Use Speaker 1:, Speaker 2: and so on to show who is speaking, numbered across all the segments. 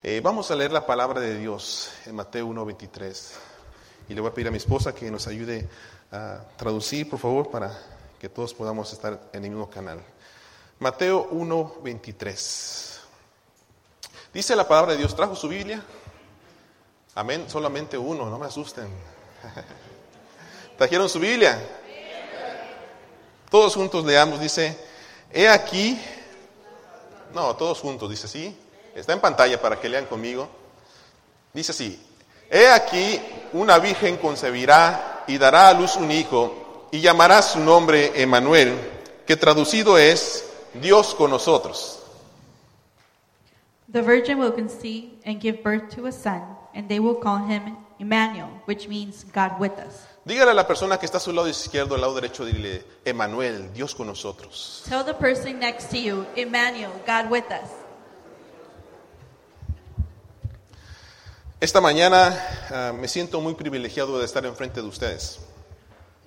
Speaker 1: Eh, vamos a leer la palabra de Dios en Mateo 1.23. Y le voy a pedir a mi esposa que nos ayude a traducir, por favor, para que todos podamos estar en el mismo canal. Mateo 1.23. Dice la palabra de Dios, ¿trajo su Biblia? Amén, solamente uno, no me asusten. ¿Trajeron su Biblia? Todos juntos leamos, dice, he aquí, no, todos juntos, dice así, está en pantalla para que lean conmigo. Dice así, he aquí una virgen concebirá y dará a luz un hijo y llamará su nombre Emanuel, que traducido es Dios con nosotros.
Speaker 2: The virgin will conceive and give birth to a son, and they will call him Emmanuel, which means God with us.
Speaker 1: Dígale a la persona que está a su lado izquierdo, al lado derecho, dile, Emanuel, Dios con nosotros.
Speaker 2: Tell the person next to you, Emmanuel, God with us.
Speaker 1: Esta mañana ah, me siento muy privilegiado de estar enfrente de ustedes.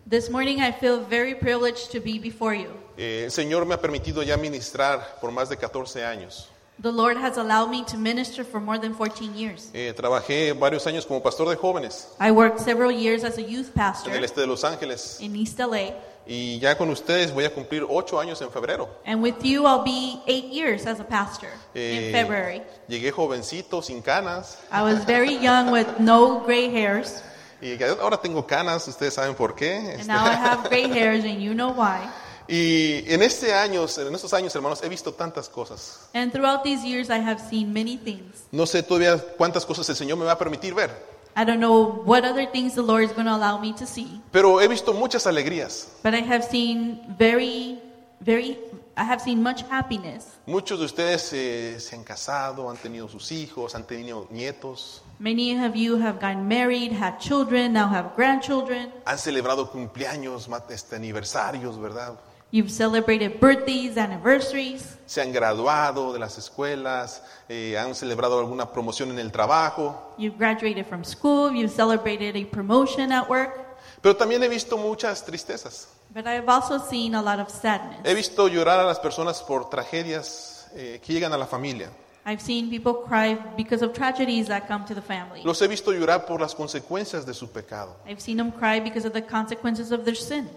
Speaker 2: This morning I feel very privileged to be before you.
Speaker 1: Eh, el Señor me ha permitido ya ministrar por más de 14 años.
Speaker 2: The Lord has allowed me to minister for more than 14 years.
Speaker 1: Eh, trabajé varios años como pastor de jóvenes
Speaker 2: I worked several years as a youth
Speaker 1: en el
Speaker 2: pastor
Speaker 1: este de Los Ángeles.
Speaker 2: in East LA,
Speaker 1: Y ya con ustedes voy a cumplir 8 años en febrero.
Speaker 2: and with you I'll be eight years as a pastor
Speaker 1: Eh,
Speaker 2: in February.
Speaker 1: Llegué jovencito, sin canas.
Speaker 2: I was very young with no gray hairs,
Speaker 1: Y ya ahora tengo canas, ustedes saben por qué.
Speaker 2: and
Speaker 1: Este,
Speaker 2: now I have gray hairs, and you know why.
Speaker 1: y en este años, en estos años, hermanos, he visto tantas cosas.
Speaker 2: And throughout these years, I have seen many things.
Speaker 1: No sé todavía cuántas cosas el Señor me va a permitir ver,
Speaker 2: I don't know what other things the Lord is going to allow me to see,
Speaker 1: pero he visto muchas alegrías.
Speaker 2: but I have seen very, very, I have seen much happiness.
Speaker 1: Muchos de ustedes eh, se han casado, han tenido sus hijos, han tenido nietos,
Speaker 2: Many of you have gotten married, had children, now have grandchildren.
Speaker 1: han celebrado cumpleaños, ma- este, aniversarios, ¿verdad?
Speaker 2: You've celebrated birthdays, anniversaries.
Speaker 1: Se han graduado de las escuelas, eh, han celebrado alguna promoción en el trabajo,
Speaker 2: You've graduated from school. You've celebrated a promotion at work.
Speaker 1: pero también he visto muchas tristezas.
Speaker 2: But I've also seen a lot of sadness.
Speaker 1: He visto llorar a las personas por tragedias eh, que llegan a la familia.
Speaker 2: I've seen people cry because of tragedies that come to the family.
Speaker 1: Los he visto llorar por las consecuencias de su pecado.
Speaker 2: I've seen them cry because of the consequences of their sin.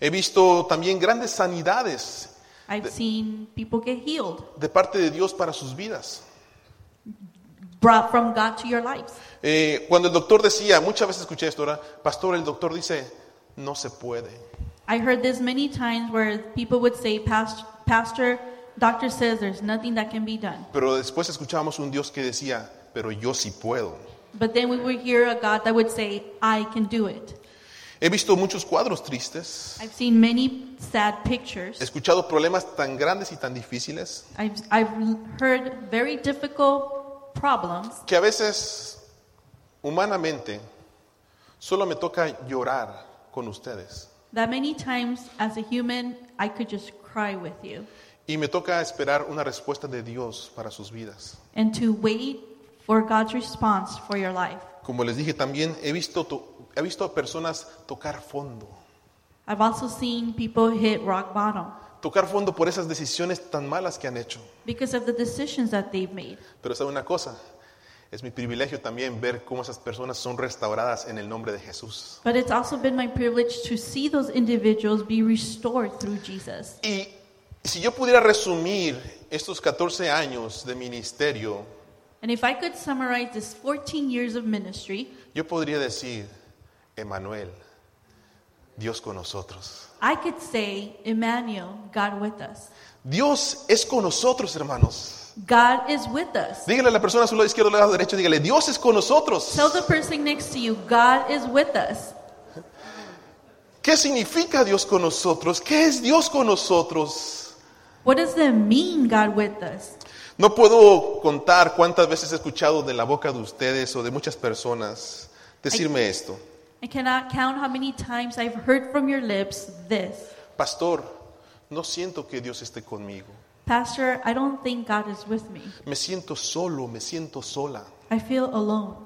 Speaker 1: He visto también grandes sanidades
Speaker 2: I've seen people get healed,
Speaker 1: de parte de Dios para sus vidas.
Speaker 2: brought from God to your lives.
Speaker 1: Eh, cuando el doctor decía, muchas veces escuché esto, ahora, pastor, el doctor dice, no se puede.
Speaker 2: I heard this many times where people would say, "Past- Pastor, doctor says there's nothing that can be done.
Speaker 1: Pero después escuchábamos un Dios que decía, pero yo sí puedo.
Speaker 2: But then we would hear a God that would say, I can do it.
Speaker 1: He visto muchos cuadros tristes,
Speaker 2: I've seen many sad pictures.
Speaker 1: he escuchado problemas tan grandes y tan difíciles
Speaker 2: I've, I've heard very difficult problems
Speaker 1: que a veces humanamente solo me toca llorar con ustedes
Speaker 2: that many times as a human, I could just cry with you.
Speaker 1: y me toca esperar una respuesta de Dios para sus vidas.
Speaker 2: and to wait for God's response for your life.
Speaker 1: Como les dije también, he visto, to- he visto a personas tocar fondo,
Speaker 2: I've also seen people hit rock bottom
Speaker 1: tocar fondo por esas decisiones tan malas que han hecho.
Speaker 2: because of the decisions that they've made.
Speaker 1: Pero sabe una cosa, es mi privilegio también ver cómo esas personas son restauradas en el nombre de Jesús.
Speaker 2: But it's also been my privilege to see those individuals be restored through Jesus.
Speaker 1: Y si yo pudiera resumir estos 14 años de ministerio,
Speaker 2: And if I could summarize this 14 years of ministry,
Speaker 1: Yo podría decir, Emanuel, Dios con nosotros.
Speaker 2: I could say, Emmanuel, God with us.
Speaker 1: Dios es con nosotros, hermanos.
Speaker 2: God is with us.
Speaker 1: Dígale a la persona a su lado izquierdo, al lado derecho, dígale, Dios es con nosotros.
Speaker 2: Tell the person next to you, God is with us.
Speaker 1: ¿Qué significa Dios con nosotros? ¿Qué es Dios con nosotros?
Speaker 2: What does that mean, God with us?
Speaker 1: No puedo contar cuántas veces he escuchado de la boca de ustedes o de muchas personas decirme esto.
Speaker 2: I cannot count how many times I've heard from your lips this.
Speaker 1: Pastor, no siento que Dios esté conmigo.
Speaker 2: Pastor, I don't think God is with me.
Speaker 1: Me siento solo, me siento sola.
Speaker 2: I feel alone.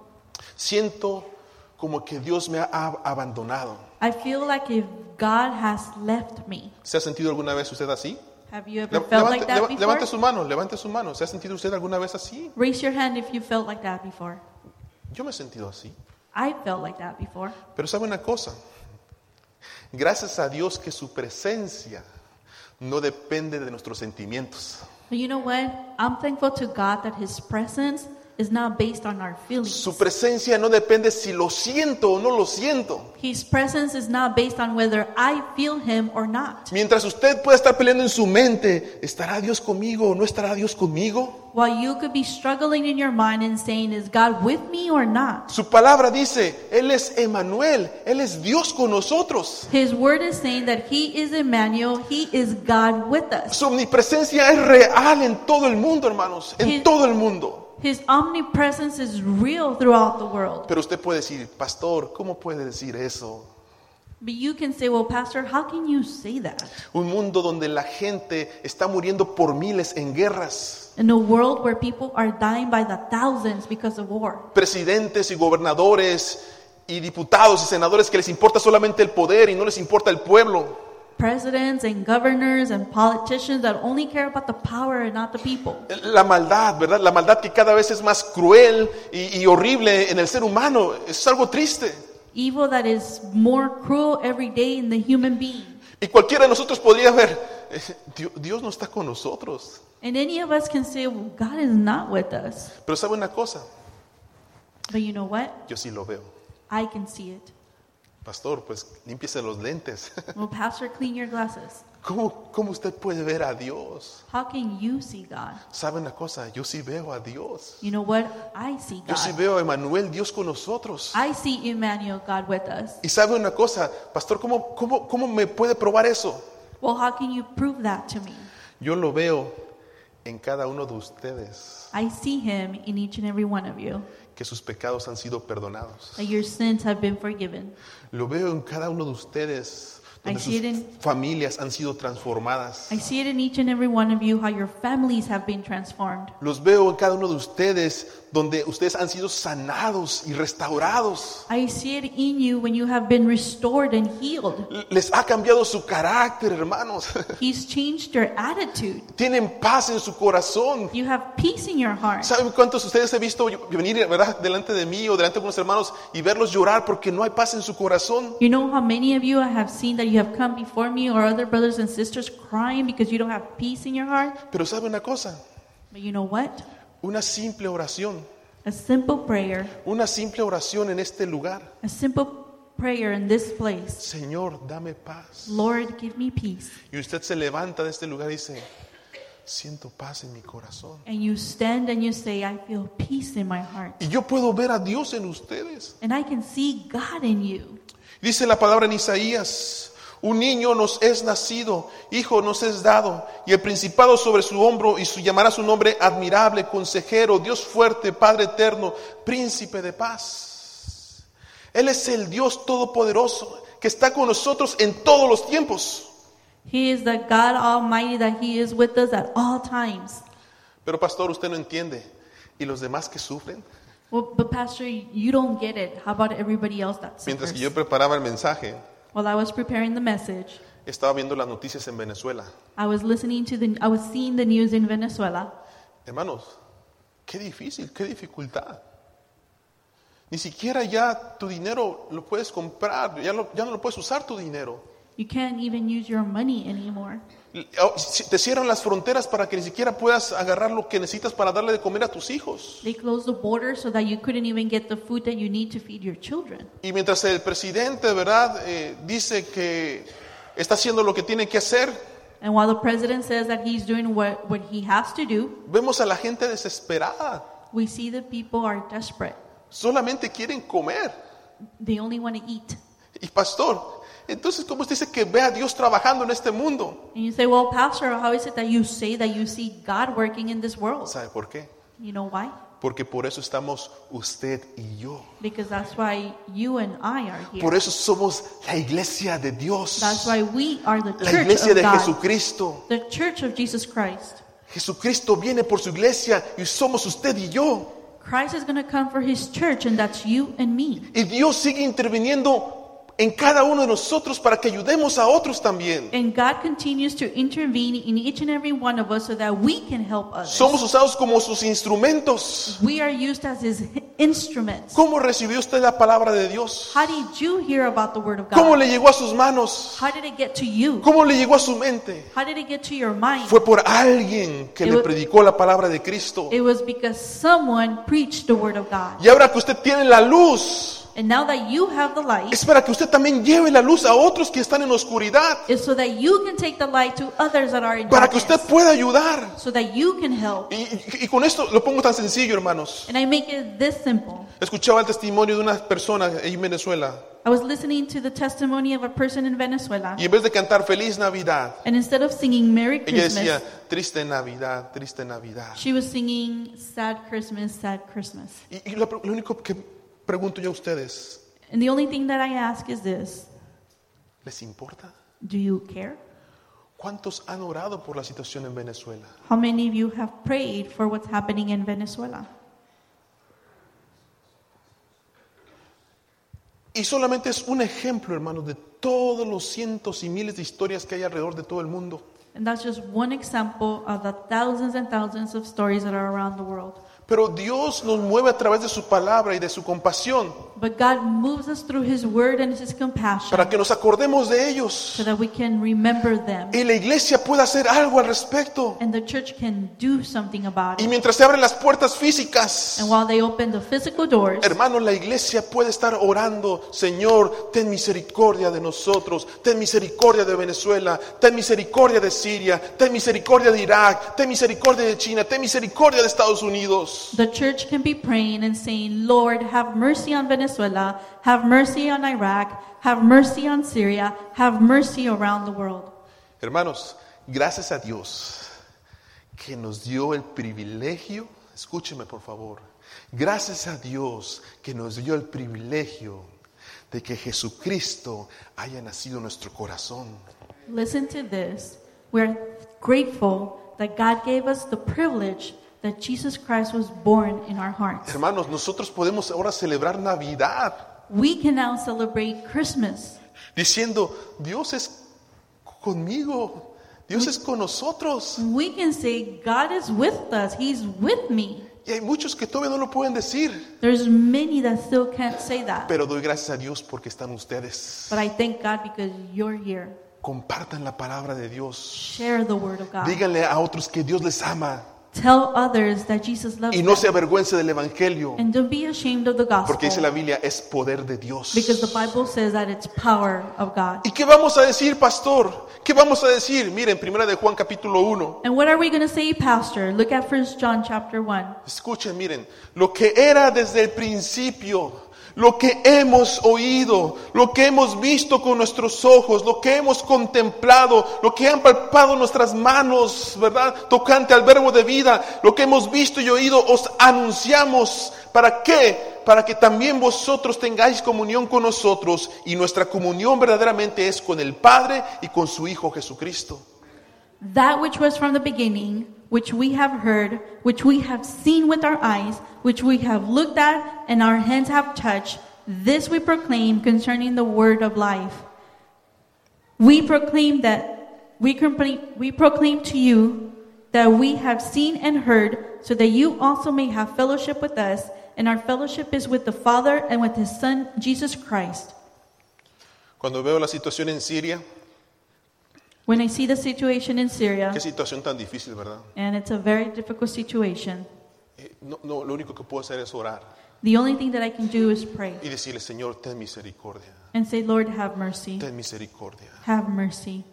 Speaker 1: Siento como que Dios me ha ab- abandonado.
Speaker 2: I feel like if God has left me.
Speaker 1: ¿Se ha sentido alguna vez usted así?
Speaker 2: Have you ever
Speaker 1: Le-
Speaker 2: felt like
Speaker 1: Levante,
Speaker 2: that
Speaker 1: leva- levante
Speaker 2: before?
Speaker 1: su mano, levante su mano. ¿Se ha sentido usted alguna vez así?
Speaker 2: Raise your hand if you felt like that before.
Speaker 1: Yo me he sentido así.
Speaker 2: I felt like that before.
Speaker 1: Pero sabe una cosa, gracias a Dios que su presencia no depende de nuestros sentimientos.
Speaker 2: But you know what? I'm thankful to God that His presence is not based on our feelings.
Speaker 1: Su presencia no depende si lo siento o no lo siento.
Speaker 2: His presence is not based on whether I feel Him or not.
Speaker 1: Mientras usted pueda estar peleando en su mente, ¿estará Dios conmigo o no estará Dios conmigo?
Speaker 2: While you could be struggling in your mind and saying, Is God with me or not?
Speaker 1: Su palabra dice, Él es Emanuel, Él es Dios con nosotros.
Speaker 2: His word is saying that He is Emmanuel, He is God with us.
Speaker 1: Su omnipresencia es real en todo el mundo, hermanos, en
Speaker 2: Sí.
Speaker 1: todo el mundo.
Speaker 2: His omnipresence is real throughout the world.
Speaker 1: Pero usted puede decir, pastor, ¿cómo puede decir eso?
Speaker 2: But you can say, Well, Pastor, how can you say that?
Speaker 1: Un mundo donde la gente está muriendo por miles en guerras.
Speaker 2: In a world where people are dying by the thousands because of war,
Speaker 1: Presidentes y gobernadores y diputados y senadores que les importa solamente el poder y no les importa el pueblo.
Speaker 2: presidents and governors and politicians that only care about the power and not the people,
Speaker 1: La maldad, ¿verdad? La maldad que cada vez es más cruel y, y horrible en el ser humano. Eso es algo triste.
Speaker 2: evil that is more cruel every day in the human being.
Speaker 1: Y cualquiera de nosotros podría ver, eh, Dios, Dios no está con nosotros.
Speaker 2: And any of us can say, Well, God is not with us.
Speaker 1: Pero sabe una cosa,
Speaker 2: But you know what?
Speaker 1: yo sí lo veo.
Speaker 2: I can see it.
Speaker 1: Pastor, pues límpiese los lentes.
Speaker 2: Well, Pastor, clean your glasses.
Speaker 1: ¿Cómo, ¿Cómo usted puede ver a Dios?
Speaker 2: How can you see God?
Speaker 1: ¿Sabe una cosa? Yo sí veo a Dios.
Speaker 2: You know what? I see
Speaker 1: Yo sí
Speaker 2: God.
Speaker 1: veo a Emanuel, Dios con nosotros.
Speaker 2: I see Emmanuel, God with us.
Speaker 1: Y sabe una cosa, pastor, ¿cómo, cómo, cómo me puede probar eso?
Speaker 2: Well, how can you prove that to me?
Speaker 1: Yo lo veo en cada uno de ustedes,
Speaker 2: I see Him in each and every one of you.
Speaker 1: que sus pecados han sido perdonados.
Speaker 2: that your sins have been forgiven.
Speaker 1: Lo veo en cada uno de ustedes, donde
Speaker 2: I
Speaker 1: sus
Speaker 2: see it in-
Speaker 1: familias han sido transformadas.
Speaker 2: I see it in each and every one of you how your families have been transformed.
Speaker 1: Los veo en cada uno de ustedes, donde ustedes han sido sanados y restaurados.
Speaker 2: I see it in you when you have been restored and healed.
Speaker 1: Les ha cambiado su carácter, hermanos.
Speaker 2: He's changed your attitude.
Speaker 1: Tienen paz en su corazón.
Speaker 2: You have peace in your heart.
Speaker 1: ¿Saben cuántos de ustedes he visto yo- venir ¿verdad? delante de mí o delante de algunos hermanos y verlos llorar porque no hay paz en su corazón?
Speaker 2: You know how many of you I have seen that you have come before me or other brothers and sisters crying because you don't have peace in your heart?
Speaker 1: Pero sabe una cosa,
Speaker 2: But you know what?
Speaker 1: una simple oración,
Speaker 2: A simple prayer,
Speaker 1: una simple oración en este lugar.
Speaker 2: a simple prayer in this place.
Speaker 1: Señor, dame paz.
Speaker 2: Lord, give me peace.
Speaker 1: Y usted se levanta de este lugar y dice, siento paz en mi corazón.
Speaker 2: And you stand and you say, I feel peace in my heart.
Speaker 1: Y yo puedo ver a Dios en ustedes.
Speaker 2: And I can see God in you.
Speaker 1: Dice la palabra en Isaías, un niño nos es nacido, hijo nos es dado, y el principado sobre su hombro, y su, llamará su nombre admirable, consejero, Dios fuerte, Padre eterno, príncipe de paz. Él es el Dios todopoderoso que está con nosotros en todos los tiempos.
Speaker 2: He is the God Almighty that He is with us at all times.
Speaker 1: Pero pastor, usted no entiende. ¿Y los demás que sufren?
Speaker 2: Well, but Pastor, you don't get it. How about everybody else that
Speaker 1: Mientras
Speaker 2: suffers?
Speaker 1: que yo preparaba el mensaje,
Speaker 2: While I was preparing the message,
Speaker 1: estaba viendo las noticias en Venezuela.
Speaker 2: I was listening to the, I was seeing the news in Venezuela.
Speaker 1: Hermanos, qué difícil, qué dificultad. Ni siquiera ya tu dinero lo puedes comprar, ya, lo- ya no lo puedes usar tu dinero. oh,
Speaker 2: You can't even use your money anymore.
Speaker 1: Te cierran las fronteras para que ni siquiera puedas agarrar lo que necesitas para darle de comer a tus hijos.
Speaker 2: They closed the border so that you couldn't even get the food that you need to feed your children.
Speaker 1: Y mientras el presidente, ¿verdad?, eh, dice que está haciendo lo que tiene que hacer,
Speaker 2: And while the president says that he's doing what, what he has to do,
Speaker 1: vemos a la gente desesperada.
Speaker 2: we see that people are desperate.
Speaker 1: Solamente quieren comer.
Speaker 2: They only want to eat.
Speaker 1: Y pastor, entonces, ¿cómo usted dice que ve a Dios trabajando en este mundo?
Speaker 2: And you say, well, Pastor, how is it that you say that you see God working in this world?
Speaker 1: ¿Sabe por qué?
Speaker 2: You know why?
Speaker 1: Porque por eso estamos usted y yo.
Speaker 2: Because that's why you and I are
Speaker 1: Por
Speaker 2: here.
Speaker 1: eso somos la iglesia de Dios.
Speaker 2: That's why we are the
Speaker 1: La
Speaker 2: church
Speaker 1: iglesia
Speaker 2: of
Speaker 1: de
Speaker 2: God,
Speaker 1: Jesucristo.
Speaker 2: the church of Jesus Christ.
Speaker 1: Jesucristo viene por su iglesia y somos usted y yo.
Speaker 2: Christ is going to come for his church, and that's you and me.
Speaker 1: Y Dios sigue interviniendo en cada uno de nosotros para que ayudemos a otros también.
Speaker 2: And God continues to intervene in each and every one of us so that we can help others.
Speaker 1: Somos usados como sus instrumentos.
Speaker 2: we are used as His instruments.
Speaker 1: ¿Cómo recibió usted la palabra de Dios?
Speaker 2: How did you hear about the Word of
Speaker 1: ¿Cómo
Speaker 2: God?
Speaker 1: le llegó a sus manos?
Speaker 2: How did it get to you?
Speaker 1: ¿Cómo le llegó a su mente?
Speaker 2: How did it get to your mind?
Speaker 1: Fue por alguien que le predicó la palabra de Cristo.
Speaker 2: It was because someone preached the Word of God.
Speaker 1: Y ahora que usted tiene la luz,
Speaker 2: And now that you have the light,
Speaker 1: es para que usted también lleve la luz a otros que están en oscuridad,
Speaker 2: is so that you can take the light to others that are in
Speaker 1: para que usted
Speaker 2: darkness,
Speaker 1: pueda ayudar.
Speaker 2: so that you can help.
Speaker 1: Y, y- y con esto lo pongo tan sencillo, hermanos.
Speaker 2: And I make it this simple.
Speaker 1: Escuchaba el testimonio de una persona ahí en Venezuela
Speaker 2: I was listening to the testimony of a person in Venezuela,
Speaker 1: y en vez de cantar Feliz Navidad,
Speaker 2: and instead of singing Merry
Speaker 1: ella
Speaker 2: Christmas,
Speaker 1: decía Triste Navidad, Triste Navidad.
Speaker 2: she was singing Sad Christmas, Sad Christmas.
Speaker 1: Y, y lo, lo único que pregunto yo a ustedes,
Speaker 2: And the only thing that I ask is this
Speaker 1: ¿les importa?
Speaker 2: Do you care?
Speaker 1: ¿Cuántos han orado por la situación en Venezuela?
Speaker 2: How many of you have prayed for what's happening in Venezuela?
Speaker 1: Y solamente es un ejemplo, hermanos, de todos los cientos y miles de historias que hay alrededor de todo el mundo.
Speaker 2: And that's just one example of the thousands and thousands of stories that are around the world.
Speaker 1: Pero Dios nos mueve a través de su palabra y de su compasión
Speaker 2: But God moves us through His word and His compassion
Speaker 1: para que nos acordemos de ellos
Speaker 2: so that we can remember them
Speaker 1: y la iglesia pueda hacer algo al respecto.
Speaker 2: and the church can do something about
Speaker 1: Y
Speaker 2: it.
Speaker 1: mientras se abren las puertas físicas,
Speaker 2: And while they open the physical doors,
Speaker 1: hermanos, la iglesia puede estar orando, Señor, ten misericordia de nosotros, ten misericordia de Venezuela, ten misericordia de Siria, ten misericordia de Irak, ten misericordia de China, ten misericordia de Estados Unidos.
Speaker 2: the church can be praying and saying, Lord, have mercy on Venezuela, have mercy on Iraq, have mercy on Syria, have mercy around the world.
Speaker 1: Hermanos, gracias a Dios que nos dio el privilegio, escúcheme por favor, gracias a Dios que nos dio el privilegio de que Jesucristo haya nacido en nuestro corazón.
Speaker 2: Listen to this. We're grateful that God gave us the privilege that Jesus Christ was born in our hearts.
Speaker 1: Hermanos, nosotros podemos ahora celebrar Navidad
Speaker 2: We can now celebrate Christmas.
Speaker 1: diciendo, Dios es conmigo, Dios es con nosotros.
Speaker 2: We can say, God is with us. He's with me.
Speaker 1: Y hay muchos que todavía no lo pueden decir,
Speaker 2: There's many that still can't say that.
Speaker 1: pero doy gracias a Dios porque están ustedes.
Speaker 2: But I thank God because you're here.
Speaker 1: Compartan la palabra de Dios.
Speaker 2: Share the word of God.
Speaker 1: Díganle a otros que Dios les ama
Speaker 2: Tell others that Jesus loves
Speaker 1: y no
Speaker 2: them.
Speaker 1: se avergüence del Evangelio,
Speaker 2: And don't be ashamed of the
Speaker 1: porque dice la
Speaker 2: gospel.
Speaker 1: Biblia, es poder de Dios.
Speaker 2: Because the Bible says that it's power of God.
Speaker 1: ¿Y qué vamos a decir, pastor? ¿Qué vamos a decir? Miren, primera de Juan capítulo 1.
Speaker 2: And what are we going to say, Pastor? Look at 1 John chapter 1.
Speaker 1: Escuchen, miren, lo que era desde el principio, lo que hemos oído, lo que hemos visto con nuestros ojos, lo que hemos contemplado, lo que han palpado nuestras manos, ¿verdad? Tocante al verbo de vida, lo que hemos visto y oído, os anunciamos. ¿Para qué? Para que también vosotros tengáis comunión con nosotros y nuestra comunión verdaderamente es con el Padre y con su Hijo Jesucristo.
Speaker 2: That which was from the beginning, which we have heard, which we have seen with our eyes, which we have looked at, and our hands have touched, this we proclaim concerning the word of life. We proclaim that we, compre- we proclaim to you that we have seen and heard, so that you also may have fellowship with us, and our fellowship is with the Father and with His Son Jesus Christ.
Speaker 1: Cuando veo la situación en Siria,
Speaker 2: When I see the situation in Syria,
Speaker 1: qué situación tan difícil, ¿verdad?
Speaker 2: and it's a very difficult situation.
Speaker 1: Eh, No, no, lo único que puedo hacer es orar
Speaker 2: The only thing that I can do is pray
Speaker 1: y decirle, Señor, ten misericordia,
Speaker 2: and say, Lord, have mercy.
Speaker 1: ten misericordia.
Speaker 2: Have mercy.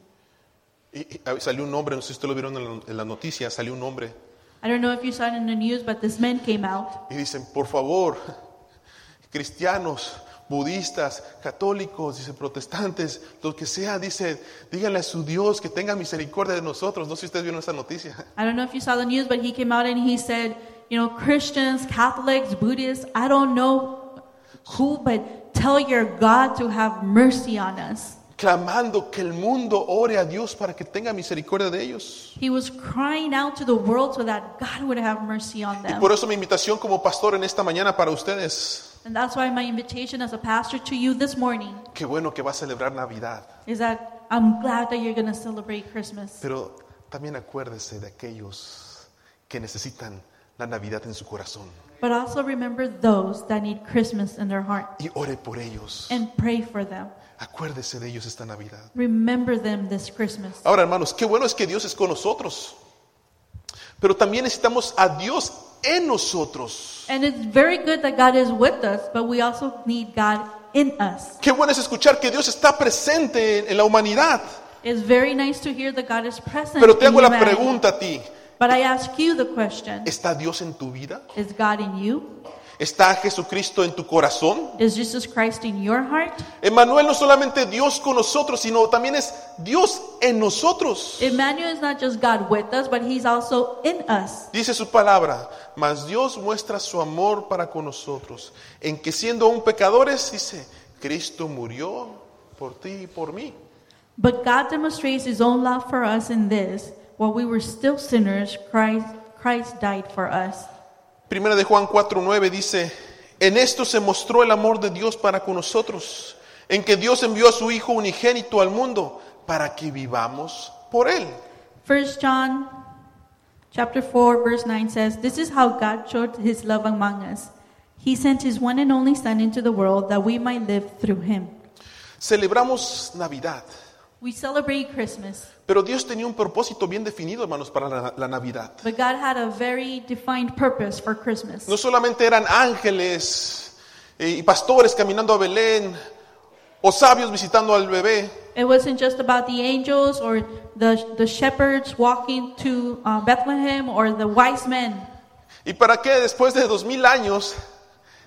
Speaker 1: Y, y, ah, salió un hombre, no sé si ustedes lo vieron en la, en la noticia, salió un hombre
Speaker 2: I don't know if you saw it in the news, but this man came out
Speaker 1: y dicen, por favor, cristianos, budistas, católicos, dice, protestantes, lo que sea, dice, díganle a su Dios que tenga misericordia de nosotros. No sé si ustedes vieron esa noticia.
Speaker 2: I don't know if you saw the news, but he came out and he said, you know, Christians, Catholics, Buddhists, I don't know who, but tell your God to have mercy on us.
Speaker 1: Clamando que el mundo ore a Dios para que tenga misericordia de ellos.
Speaker 2: He was crying out to the world so that God would have mercy on
Speaker 1: Y
Speaker 2: them.
Speaker 1: por eso mi invitación como pastor en esta mañana para ustedes
Speaker 2: And that's why my invitation as a pastor to you this morning
Speaker 1: Qué bueno que va a celebrar Navidad,
Speaker 2: is that I'm glad that you're going to celebrate Christmas.
Speaker 1: pero también acuérdese de aquellos que necesitan la Navidad en su corazón
Speaker 2: But also remember those that need Christmas in their heart
Speaker 1: y ore por ellos.
Speaker 2: and pray for them.
Speaker 1: Acuérdese de ellos esta Navidad.
Speaker 2: Remember them this Christmas.
Speaker 1: Ahora, hermanos, qué bueno es que Dios es con nosotros, pero también necesitamos a Dios en nosotros.
Speaker 2: And it's very good that God is with us, but we also need God in us.
Speaker 1: Qué bueno es escuchar que Dios está presente en- en la humanidad.
Speaker 2: It's very nice to hear that God is present.
Speaker 1: Pero te
Speaker 2: in
Speaker 1: hago la
Speaker 2: humanity.
Speaker 1: pregunta a ti.
Speaker 2: But I ask you the question
Speaker 1: ¿Está Dios en tu vida?
Speaker 2: Is God in you?
Speaker 1: ¿Está Jesucristo en tu corazón?
Speaker 2: Is Jesus Christ in your heart?
Speaker 1: Emmanuel no solamente Dios con nosotros, sino también es Dios en nosotros.
Speaker 2: Emmanuel is not just God with us, but He's also in us.
Speaker 1: Dice su palabra, mas Dios muestra su amor para con nosotros, en que siendo aún pecadores, dice, Cristo murió por ti y por mí.
Speaker 2: But God demonstrates His own love for us in this while we were still sinners, Christ, Christ died for us.
Speaker 1: Primera de Juan 4:9 dice, en esto se mostró el amor de Dios para con nosotros, en que Dios envió a su Hijo unigénito al mundo para que vivamos por él.
Speaker 2: First John chapter 4 verse 9 says, "This is how God showed his love among us. He sent his one and only son into the world that we might live through him."
Speaker 1: Celebramos Navidad,
Speaker 2: We celebrate Christmas,
Speaker 1: pero Dios tenía un propósito bien definido, hermanos, para la, la Navidad.
Speaker 2: but God had a very defined purpose for Christmas.
Speaker 1: No solamente eran ángeles eh, y pastores caminando a Belén o sabios visitando al bebé,
Speaker 2: It wasn't just about the angels or the the shepherds walking to uh, Bethlehem or the wise men.
Speaker 1: y para que después de dos mil años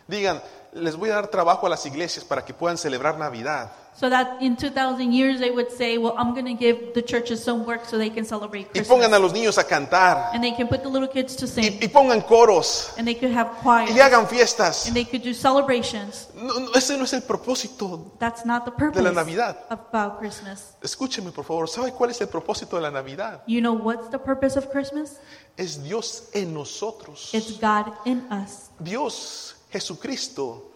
Speaker 1: digan, les voy a dar trabajo a las iglesias para que puedan celebrar Navidad.
Speaker 2: So that in 2,000 years they would say, well, I'm going to give the churches some work so they can celebrate
Speaker 1: Y pongan
Speaker 2: Christmas.
Speaker 1: a los niños a cantar.
Speaker 2: And they can put the little kids to sing.
Speaker 1: Y, y pongan coros.
Speaker 2: And they could have choirs.
Speaker 1: Y hagan fiestas.
Speaker 2: and they could do celebrations.
Speaker 1: No, no, ese no es el propósito.
Speaker 2: That's not the purpose
Speaker 1: Navidad.
Speaker 2: about Christmas.
Speaker 1: Escúcheme, por favor. ¿Sabe cuál es el propósito de la Navidad?
Speaker 2: You know what's the purpose of Christmas?
Speaker 1: Es Dios en nosotros.
Speaker 2: It's God in us.
Speaker 1: Dios, Jesucristo,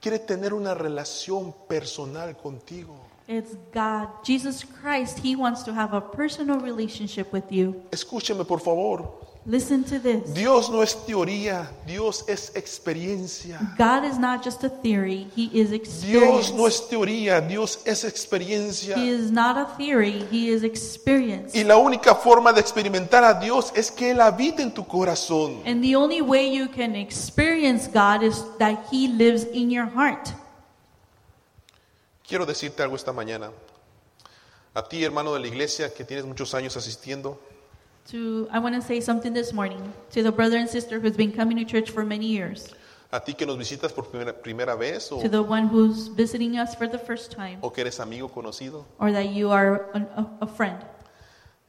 Speaker 1: quiere tener una relación personal contigo.
Speaker 2: It's God, Jesus Christ. He wants to have a personal relationship with you.
Speaker 1: Escúcheme, por favor.
Speaker 2: Listen to this.
Speaker 1: Dios no es teoría, Dios es experiencia.
Speaker 2: God is not just a theory. He is experience.
Speaker 1: Dios no es teoría, Dios es experiencia.
Speaker 2: he is not a theory. He is experience.
Speaker 1: Y la única forma de experimentar a Dios es que Él habite en tu corazón.
Speaker 2: and the only way you can experience God is that He lives in your heart.
Speaker 1: Quiero decirte algo esta mañana. A ti, hermano de la iglesia, que tienes muchos años asistiendo,
Speaker 2: to I want to say something this morning to the brother and sister who's been coming to church for many years,
Speaker 1: a ti que nos visitas por primera, primera vez o,
Speaker 2: to the one who's visiting us for the first time,
Speaker 1: o que eres amigo conocido,
Speaker 2: or that you are an, a, a friend.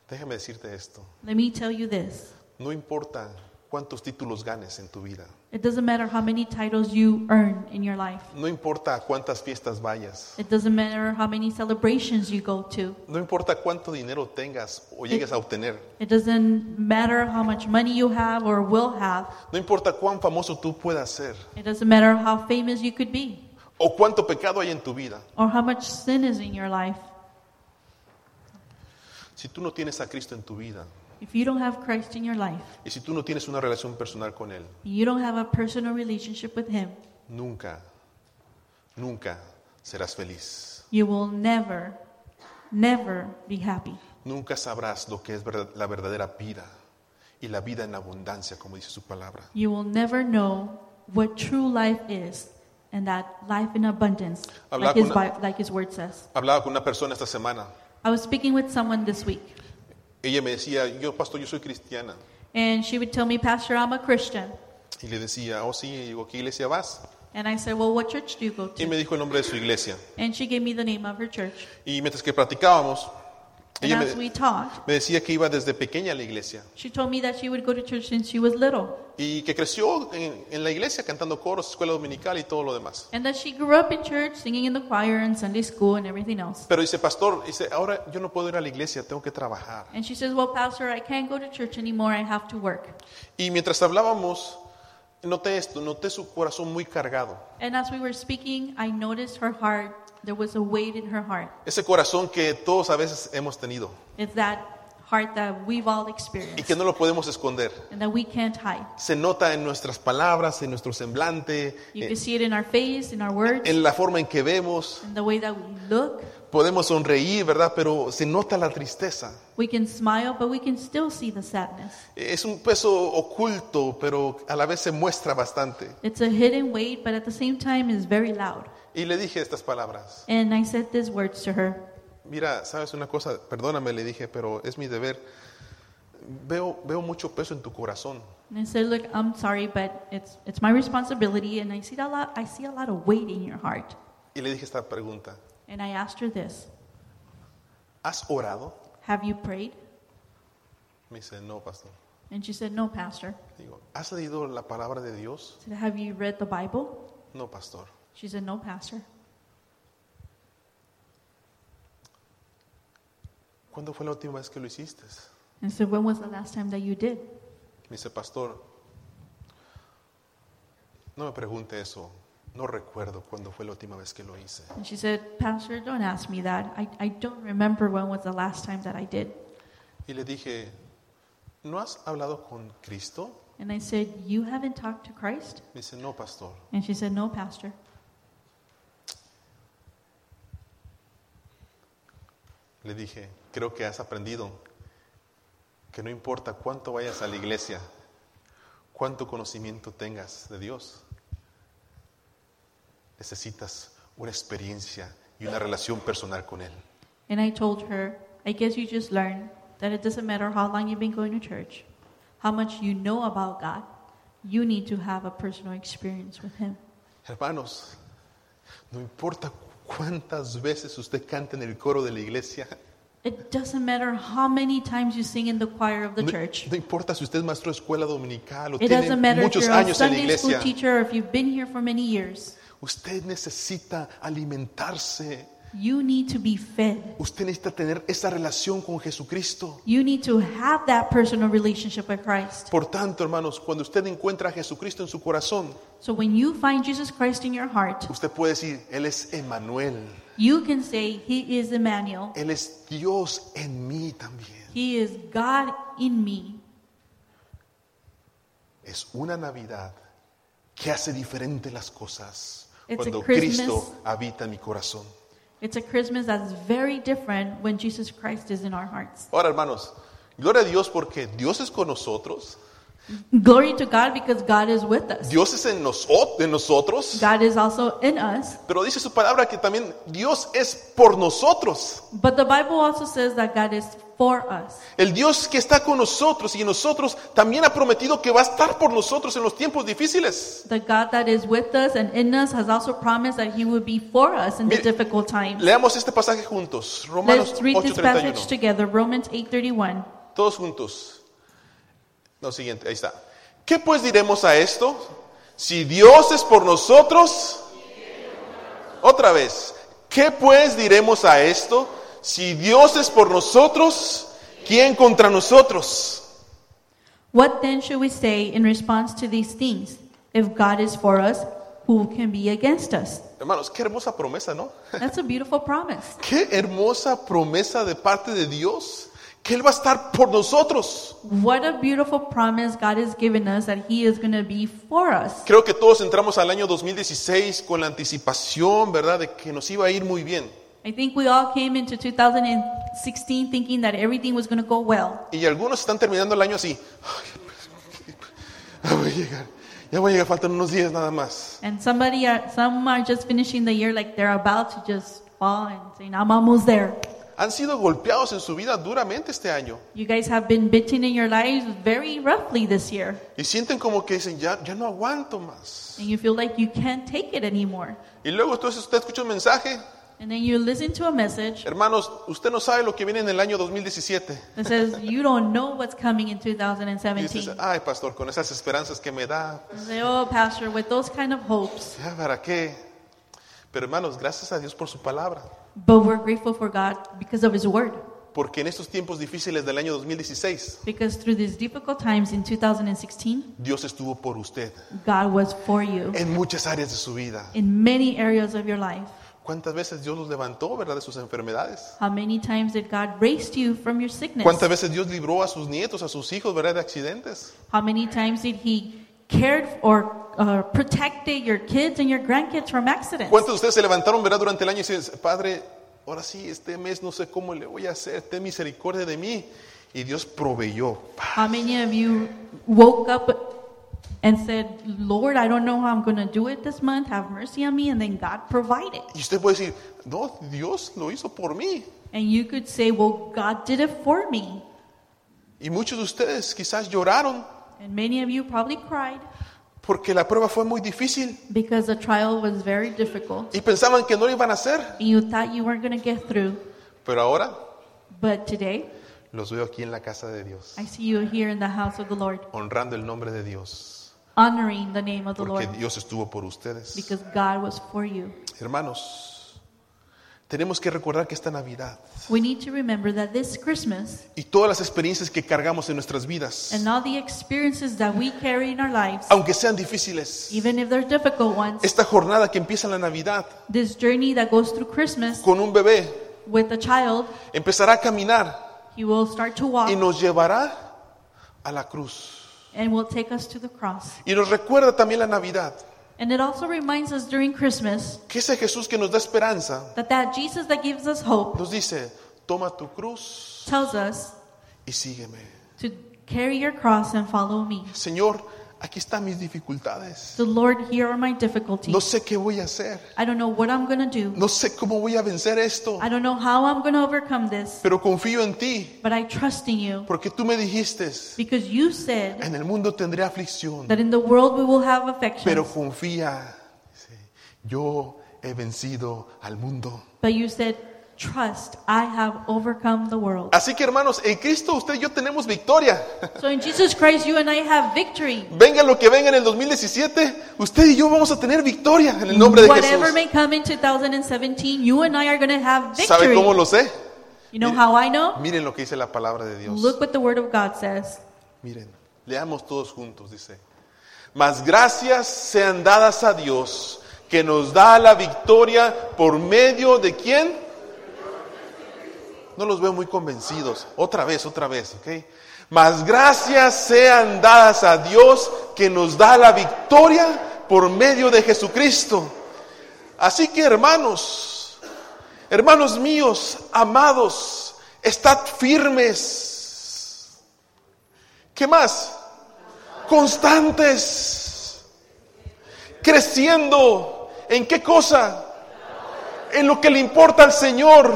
Speaker 1: déjame decirte esto.
Speaker 2: Let me tell you this:
Speaker 1: No importa cuántos títulos ganes en tu vida,
Speaker 2: it doesn't matter how many titles you earn in your life.
Speaker 1: no importa a cuántas fiestas vayas,
Speaker 2: It doesn't matter how many celebrations you go to.
Speaker 1: no importa cuánto dinero tengas o llegues a obtener,
Speaker 2: It doesn't matter how much money you have or will have.
Speaker 1: no importa cuán famoso tú puedas ser
Speaker 2: It doesn't matter how famous you could be
Speaker 1: o cuánto pecado hay en tu vida.
Speaker 2: or how much sin is in your life.
Speaker 1: Si tú no tienes a Cristo en tu vida
Speaker 2: If you don't have Christ in your life,
Speaker 1: y si tú no tienes una relación personal con Él,
Speaker 2: you don't have a personal relationship with Him.
Speaker 1: nunca, nunca serás feliz.
Speaker 2: You will never, never be happy.
Speaker 1: Nunca sabrás lo que es verdad- la verdadera vida y la vida en abundancia, como dice su palabra.
Speaker 2: You will never know what true life is and that life in abundance,
Speaker 1: Hablar
Speaker 2: like his,
Speaker 1: con-
Speaker 2: Bi- like his word says.
Speaker 1: Hablaba con una persona esta semana.
Speaker 2: I was speaking with someone this week,
Speaker 1: Ella me decía, yo, pastor, yo soy cristiana.
Speaker 2: and she would tell me, Pastor, I'm a Christian.
Speaker 1: Y le decía, oh sí, y digo, ¿qué iglesia vas?
Speaker 2: And I said, Well, what church do you go
Speaker 1: Y
Speaker 2: to?
Speaker 1: me dijo el nombre de su iglesia.
Speaker 2: And she gave me the name of her church.
Speaker 1: Y mientras que platicábamos,
Speaker 2: And
Speaker 1: ella
Speaker 2: as
Speaker 1: me,
Speaker 2: we talked,
Speaker 1: me decía que iba desde pequeña a la iglesia
Speaker 2: she told me that she would go to church since she was little,
Speaker 1: y que creció en, en la iglesia cantando coros, escuela dominical y todo lo demás.
Speaker 2: and that she grew up in church, singing in the choir and Sunday school and everything else.
Speaker 1: Pero dice, pastor, dice, ahora yo no puedo ir a la iglesia, tengo que trabajar.
Speaker 2: And she says, Well, Pastor, I can't go to church anymore. I have to work.
Speaker 1: Y mientras hablábamos, Noté esto, noté su corazón muy cargado.
Speaker 2: And as we were speaking, I noticed her heart, there was a weight in her heart.
Speaker 1: Ese corazón que todos a veces hemos tenido
Speaker 2: It's that heart that we've all
Speaker 1: y
Speaker 2: experienced
Speaker 1: que no lo podemos esconder.
Speaker 2: and that we can't hide.
Speaker 1: Se nota en nuestras palabras, en nuestro semblante,
Speaker 2: You
Speaker 1: eh,
Speaker 2: can see it in our face, in our words,
Speaker 1: en la forma en que vemos.
Speaker 2: in the way that we look.
Speaker 1: Podemos sonreír, ¿verdad? Pero se nota la tristeza.
Speaker 2: We can smile, but we can still see the sadness.
Speaker 1: Es un peso oculto, pero a la vez se muestra bastante.
Speaker 2: It's a hidden weight, but at the same time is very loud.
Speaker 1: Y le dije estas palabras.
Speaker 2: And I said these words to her.
Speaker 1: Mira, sabes una cosa, perdóname, le dije, pero es mi deber. Veo, veo mucho peso en tu corazón.
Speaker 2: And I said, "Look, I'm sorry, but it's it's my responsibility, and I see that a lot. I see a lot of weight in your heart."
Speaker 1: Y le dije esta pregunta.
Speaker 2: And I asked her this:
Speaker 1: ¿Has orado?
Speaker 2: Have you prayed?
Speaker 1: Me dice, no, pastor.
Speaker 2: And she said, No, Pastor.
Speaker 1: Digo, ¿has leído la palabra de Dios?
Speaker 2: I said, Have you read the Bible?
Speaker 1: No, pastor.
Speaker 2: She said, No, Pastor.
Speaker 1: ¿Cuándo fue la última vez que lo hiciste?
Speaker 2: And I said, When was the last time that you did?
Speaker 1: Me dice, pastor, no me pregunte eso. No recuerdo cuándo fue la última vez que lo hice.
Speaker 2: And she said, Pastor, don't ask me that. I, I don't remember when was the last time that I did.
Speaker 1: Y le dije, ¿no has hablado con Cristo?
Speaker 2: And I said, You haven't talked to Christ?
Speaker 1: Me dice, no, pastor.
Speaker 2: And she said, No, Pastor.
Speaker 1: Le dije, creo que has aprendido que no importa cuánto vayas a la iglesia, cuánto conocimiento tengas de Dios, necesitas una experiencia y una relación personal con Él.
Speaker 2: And I told her, I guess you just learned that it doesn't matter how long you've been going to church, how much you know about God, you need to have a personal experience with Him.
Speaker 1: Hermanos, no importa cuántas veces usted canta en el coro de la iglesia,
Speaker 2: It doesn't matter how many times you sing in the choir of the
Speaker 1: no,
Speaker 2: church.
Speaker 1: no importa si usted es maestro de escuela dominical o
Speaker 2: It
Speaker 1: tiene
Speaker 2: doesn't matter if
Speaker 1: muchos
Speaker 2: you're a
Speaker 1: años en la
Speaker 2: Sunday school
Speaker 1: iglesia,
Speaker 2: teacher or if you've been here for many years.
Speaker 1: usted necesita alimentarse
Speaker 2: You need to be fed.
Speaker 1: Usted necesita tener esa relación con Jesucristo.
Speaker 2: You need to have that personal relationship with Christ.
Speaker 1: Por tanto, hermanos, cuando usted encuentra a Jesucristo en su corazón,
Speaker 2: So when you find Jesus Christ in your heart,
Speaker 1: usted puede decir, Él es Emmanuel,
Speaker 2: you can say, He is Emmanuel.
Speaker 1: Él es Dios en mí también.
Speaker 2: He is God in me.
Speaker 1: Es una Navidad que hace diferente las cosas
Speaker 2: It's a
Speaker 1: cuando
Speaker 2: Christmas.
Speaker 1: Cristo habita en mi corazón.
Speaker 2: It's a Christmas that's very different when Jesus Christ is in our hearts.
Speaker 1: Ahora, hermanos, gloria a Dios porque Dios es con nosotros,
Speaker 2: Glory to God because God is with us.
Speaker 1: Dios es en, noso- en nosotros,
Speaker 2: God is also in us.
Speaker 1: pero dice su palabra que también Dios es por nosotros.
Speaker 2: But the Bible also says that God is for us.
Speaker 1: El Dios que está con nosotros y en nosotros también ha prometido que va a estar por nosotros en los tiempos difíciles.
Speaker 2: The God that is with us and in us has also promised that He would be for us in the
Speaker 1: Mire,
Speaker 2: difficult times.
Speaker 1: Leamos este pasaje juntos, Romanos
Speaker 2: Let's read this passage
Speaker 1: 8:31.
Speaker 2: together, Romans 8:31.
Speaker 1: Todos juntos. No, siguiente, ahí está. ¿Qué pues diremos a esto? Si Dios es por nosotros, otra vez, ¿qué pues diremos a esto? Si Dios es por nosotros, ¿quién contra nosotros?
Speaker 2: What then should we say in response to these things? If God is for us, who can be against us?
Speaker 1: Hermanos, qué hermosa promesa, ¿no?
Speaker 2: That's a beautiful promise.
Speaker 1: Qué hermosa promesa de parte de Dios, que Él va a estar por nosotros.
Speaker 2: What a beautiful promise God has given us that He is going to be for us.
Speaker 1: Creo que todos entramos al año 2016 con la anticipación, ¿verdad?, de que nos iba a ir muy bien.
Speaker 2: I think we all came into 2016 thinking that everything was going to go well.
Speaker 1: Y algunos están terminando el año así. Ya voy a llegar, ya voy a llegar, faltan unos días nada más.
Speaker 2: And somebody are, some are just finishing the year like they're about to just fall and saying, I'm almost there.
Speaker 1: Han sido golpeados en su vida duramente este año.
Speaker 2: You guys have been bitten in your lives very roughly this year.
Speaker 1: Y sienten como que dicen, ya, ya no aguanto más.
Speaker 2: And you feel like you can't take it anymore.
Speaker 1: Y luego entonces usted escucha un mensaje.
Speaker 2: And then you listen to a message
Speaker 1: Hermanos, usted no sabe lo que viene en el año 2017.
Speaker 2: that says, You don't know what's coming in
Speaker 1: Y
Speaker 2: 2017.
Speaker 1: dices, ay, pastor, con esas esperanzas que me da,
Speaker 2: And say, Oh, Pastor, with those kind of hopes.
Speaker 1: Ya, ¿para qué? Pero hermanos, gracias a Dios por su palabra.
Speaker 2: But we're grateful for God because of His Word.
Speaker 1: Porque en estos tiempos difíciles del año 2016,
Speaker 2: Because through these difficult times in 2016,
Speaker 1: Dios estuvo por usted
Speaker 2: God was for you
Speaker 1: en muchas áreas de su vida.
Speaker 2: in many areas of your life.
Speaker 1: ¿Cuántas veces Dios los levantó, verdad, de sus enfermedades?
Speaker 2: How many times did God raised you from your sickness?
Speaker 1: ¿Cuántas veces Dios libró a sus nietos, a sus hijos, verdad, de accidentes?
Speaker 2: How many times did He cared or uh, protected your kids and your grandkids from accidents?
Speaker 1: ¿Cuántos de ustedes se levantaron, verdad, durante el año y dicen, Padre, ahora sí, este mes no sé cómo le voy a hacer, ten misericordia de mí? Y Dios proveyó.
Speaker 2: How many of you woke up and said, Lord, I don't know how I'm going to do it this month. Have mercy on me. And then God provided.
Speaker 1: Y usted puede decir, no, Dios lo hizo por mí.
Speaker 2: And you could say, Well, God did it for me.
Speaker 1: Y muchos de ustedes quizás lloraron
Speaker 2: And many of you probably cried
Speaker 1: porque la prueba fue muy difícil
Speaker 2: because the trial was very difficult.
Speaker 1: y pensaban que no lo iban a hacer.
Speaker 2: And you thought you weren't going to get through.
Speaker 1: Pero ahora
Speaker 2: But today,
Speaker 1: los veo aquí en la casa de Dios,
Speaker 2: I see you here in the house of the Lord,
Speaker 1: honrando el nombre de Dios,
Speaker 2: honoring the name of the
Speaker 1: porque
Speaker 2: Lord
Speaker 1: Dios estuvo por ustedes.
Speaker 2: because God was for you.
Speaker 1: Hermanos, tenemos que recordar que esta Navidad
Speaker 2: We need to remember that this Christmas
Speaker 1: y todas las experiencias que cargamos en nuestras vidas,
Speaker 2: and all the experiences that we carry in our lives,
Speaker 1: aunque sean difíciles,
Speaker 2: even if they're difficult ones,
Speaker 1: esta jornada que empieza en la Navidad
Speaker 2: this journey that goes through Christmas
Speaker 1: con un bebé
Speaker 2: with a child,
Speaker 1: empezará a caminar
Speaker 2: he will start to
Speaker 1: y
Speaker 2: walk
Speaker 1: nos llevará a la cruz.
Speaker 2: and will take us to the cross.
Speaker 1: Y nos recuerda también la Navidad,
Speaker 2: And it also reminds us during Christmas
Speaker 1: que ese Jesús que nos da esperanza
Speaker 2: that that Jesus that gives us hope
Speaker 1: nos dice, toma tu cruz
Speaker 2: tells us
Speaker 1: y sígueme.
Speaker 2: to carry your cross and follow me.
Speaker 1: Señor, aquí están mis dificultades.
Speaker 2: So Lord, here are my
Speaker 1: No
Speaker 2: difficulties.
Speaker 1: sé qué voy a hacer.
Speaker 2: I don't know what I'm going to do.
Speaker 1: No sé cómo voy a vencer esto.
Speaker 2: I don't know how I'm going to overcome this,
Speaker 1: Pero confío en ti,
Speaker 2: but I trust in you
Speaker 1: porque tú me dijiste,
Speaker 2: because you said
Speaker 1: en el mundo tendré aflicción.
Speaker 2: that in the world we will have
Speaker 1: Pero
Speaker 2: affection.
Speaker 1: confía, Sí. yo he vencido al mundo.
Speaker 2: But you said, trust, I have overcome the world.
Speaker 1: Así que hermanos, en Cristo usted y yo tenemos victoria.
Speaker 2: So in Jesus Christ, you and I have victory.
Speaker 1: Venga lo que venga en el 2017, usted y yo vamos a tener victoria en el nombre de Jesús.
Speaker 2: Whatever may come in 2017, you and I are going to have
Speaker 1: ¿Sabe
Speaker 2: victory.
Speaker 1: cómo lo sé?
Speaker 2: You know how I know?
Speaker 1: Miren lo que dice la palabra de Dios.
Speaker 2: Look what the Word of God says.
Speaker 1: Miren, leamos todos juntos, dice. Mas gracias sean dadas a Dios que nos da la victoria por medio de quién? No los veo muy convencidos. Otra vez, otra vez, ¿ok? Mas gracias sean dadas a Dios que nos da la victoria por medio de Jesucristo. Así que hermanos, hermanos míos, amados, estad firmes. ¿Qué más? Constantes. Creciendo. ¿En qué cosa? En lo que le importa al Señor.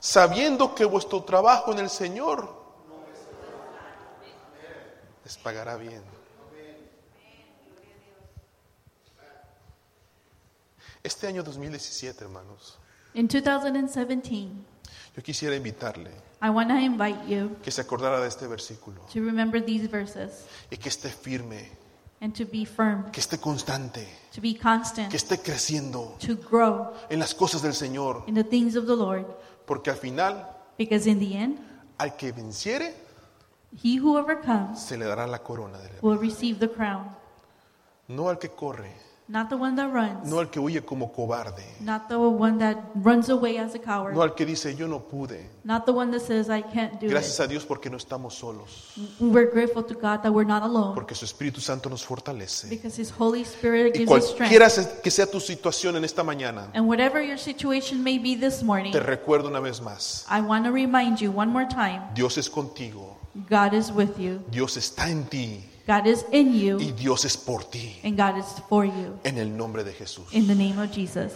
Speaker 1: Sabiendo que vuestro trabajo en el Señor les pagará bien. Este año 2017, hermanos,
Speaker 2: In 2017,
Speaker 1: yo quisiera invitarle
Speaker 2: I want to invite you
Speaker 1: que se acordara de este versículo
Speaker 2: to remember these verses
Speaker 1: y que esté firme,
Speaker 2: and to be firm,
Speaker 1: que esté constante.
Speaker 2: to be
Speaker 1: que
Speaker 2: constant,
Speaker 1: esté creciendo
Speaker 2: to grow
Speaker 1: en las cosas del Señor,
Speaker 2: in the things of the Lord.
Speaker 1: porque al final
Speaker 2: Because in the end,
Speaker 1: al que venciere
Speaker 2: he who overcomes
Speaker 1: se le dará la corona de la-
Speaker 2: will receive the crown,
Speaker 1: no al que corre,
Speaker 2: not the one that runs,
Speaker 1: no al que huye como cobarde,
Speaker 2: not the one that runs away as a coward.
Speaker 1: no al que dice yo no pude.
Speaker 2: Not the one that says, I can't do
Speaker 1: Gracias
Speaker 2: it.
Speaker 1: a Dios porque no estamos solos,
Speaker 2: We're grateful to God that we're not alone
Speaker 1: porque su Espíritu Santo nos fortalece.
Speaker 2: because His Holy Spirit
Speaker 1: Y
Speaker 2: gives us strength.
Speaker 1: cualquiera se- que sea tu situación en esta mañana,
Speaker 2: And whatever your situation may be this morning,
Speaker 1: te recuerdo una vez más,
Speaker 2: I want to remind you one more time
Speaker 1: Dios es contigo,
Speaker 2: God is with you,
Speaker 1: Dios está en ti
Speaker 2: God is in
Speaker 1: y
Speaker 2: you,
Speaker 1: Dios es por ti,
Speaker 2: and God is for you.
Speaker 1: en el nombre de Jesús.
Speaker 2: In the name of Jesus.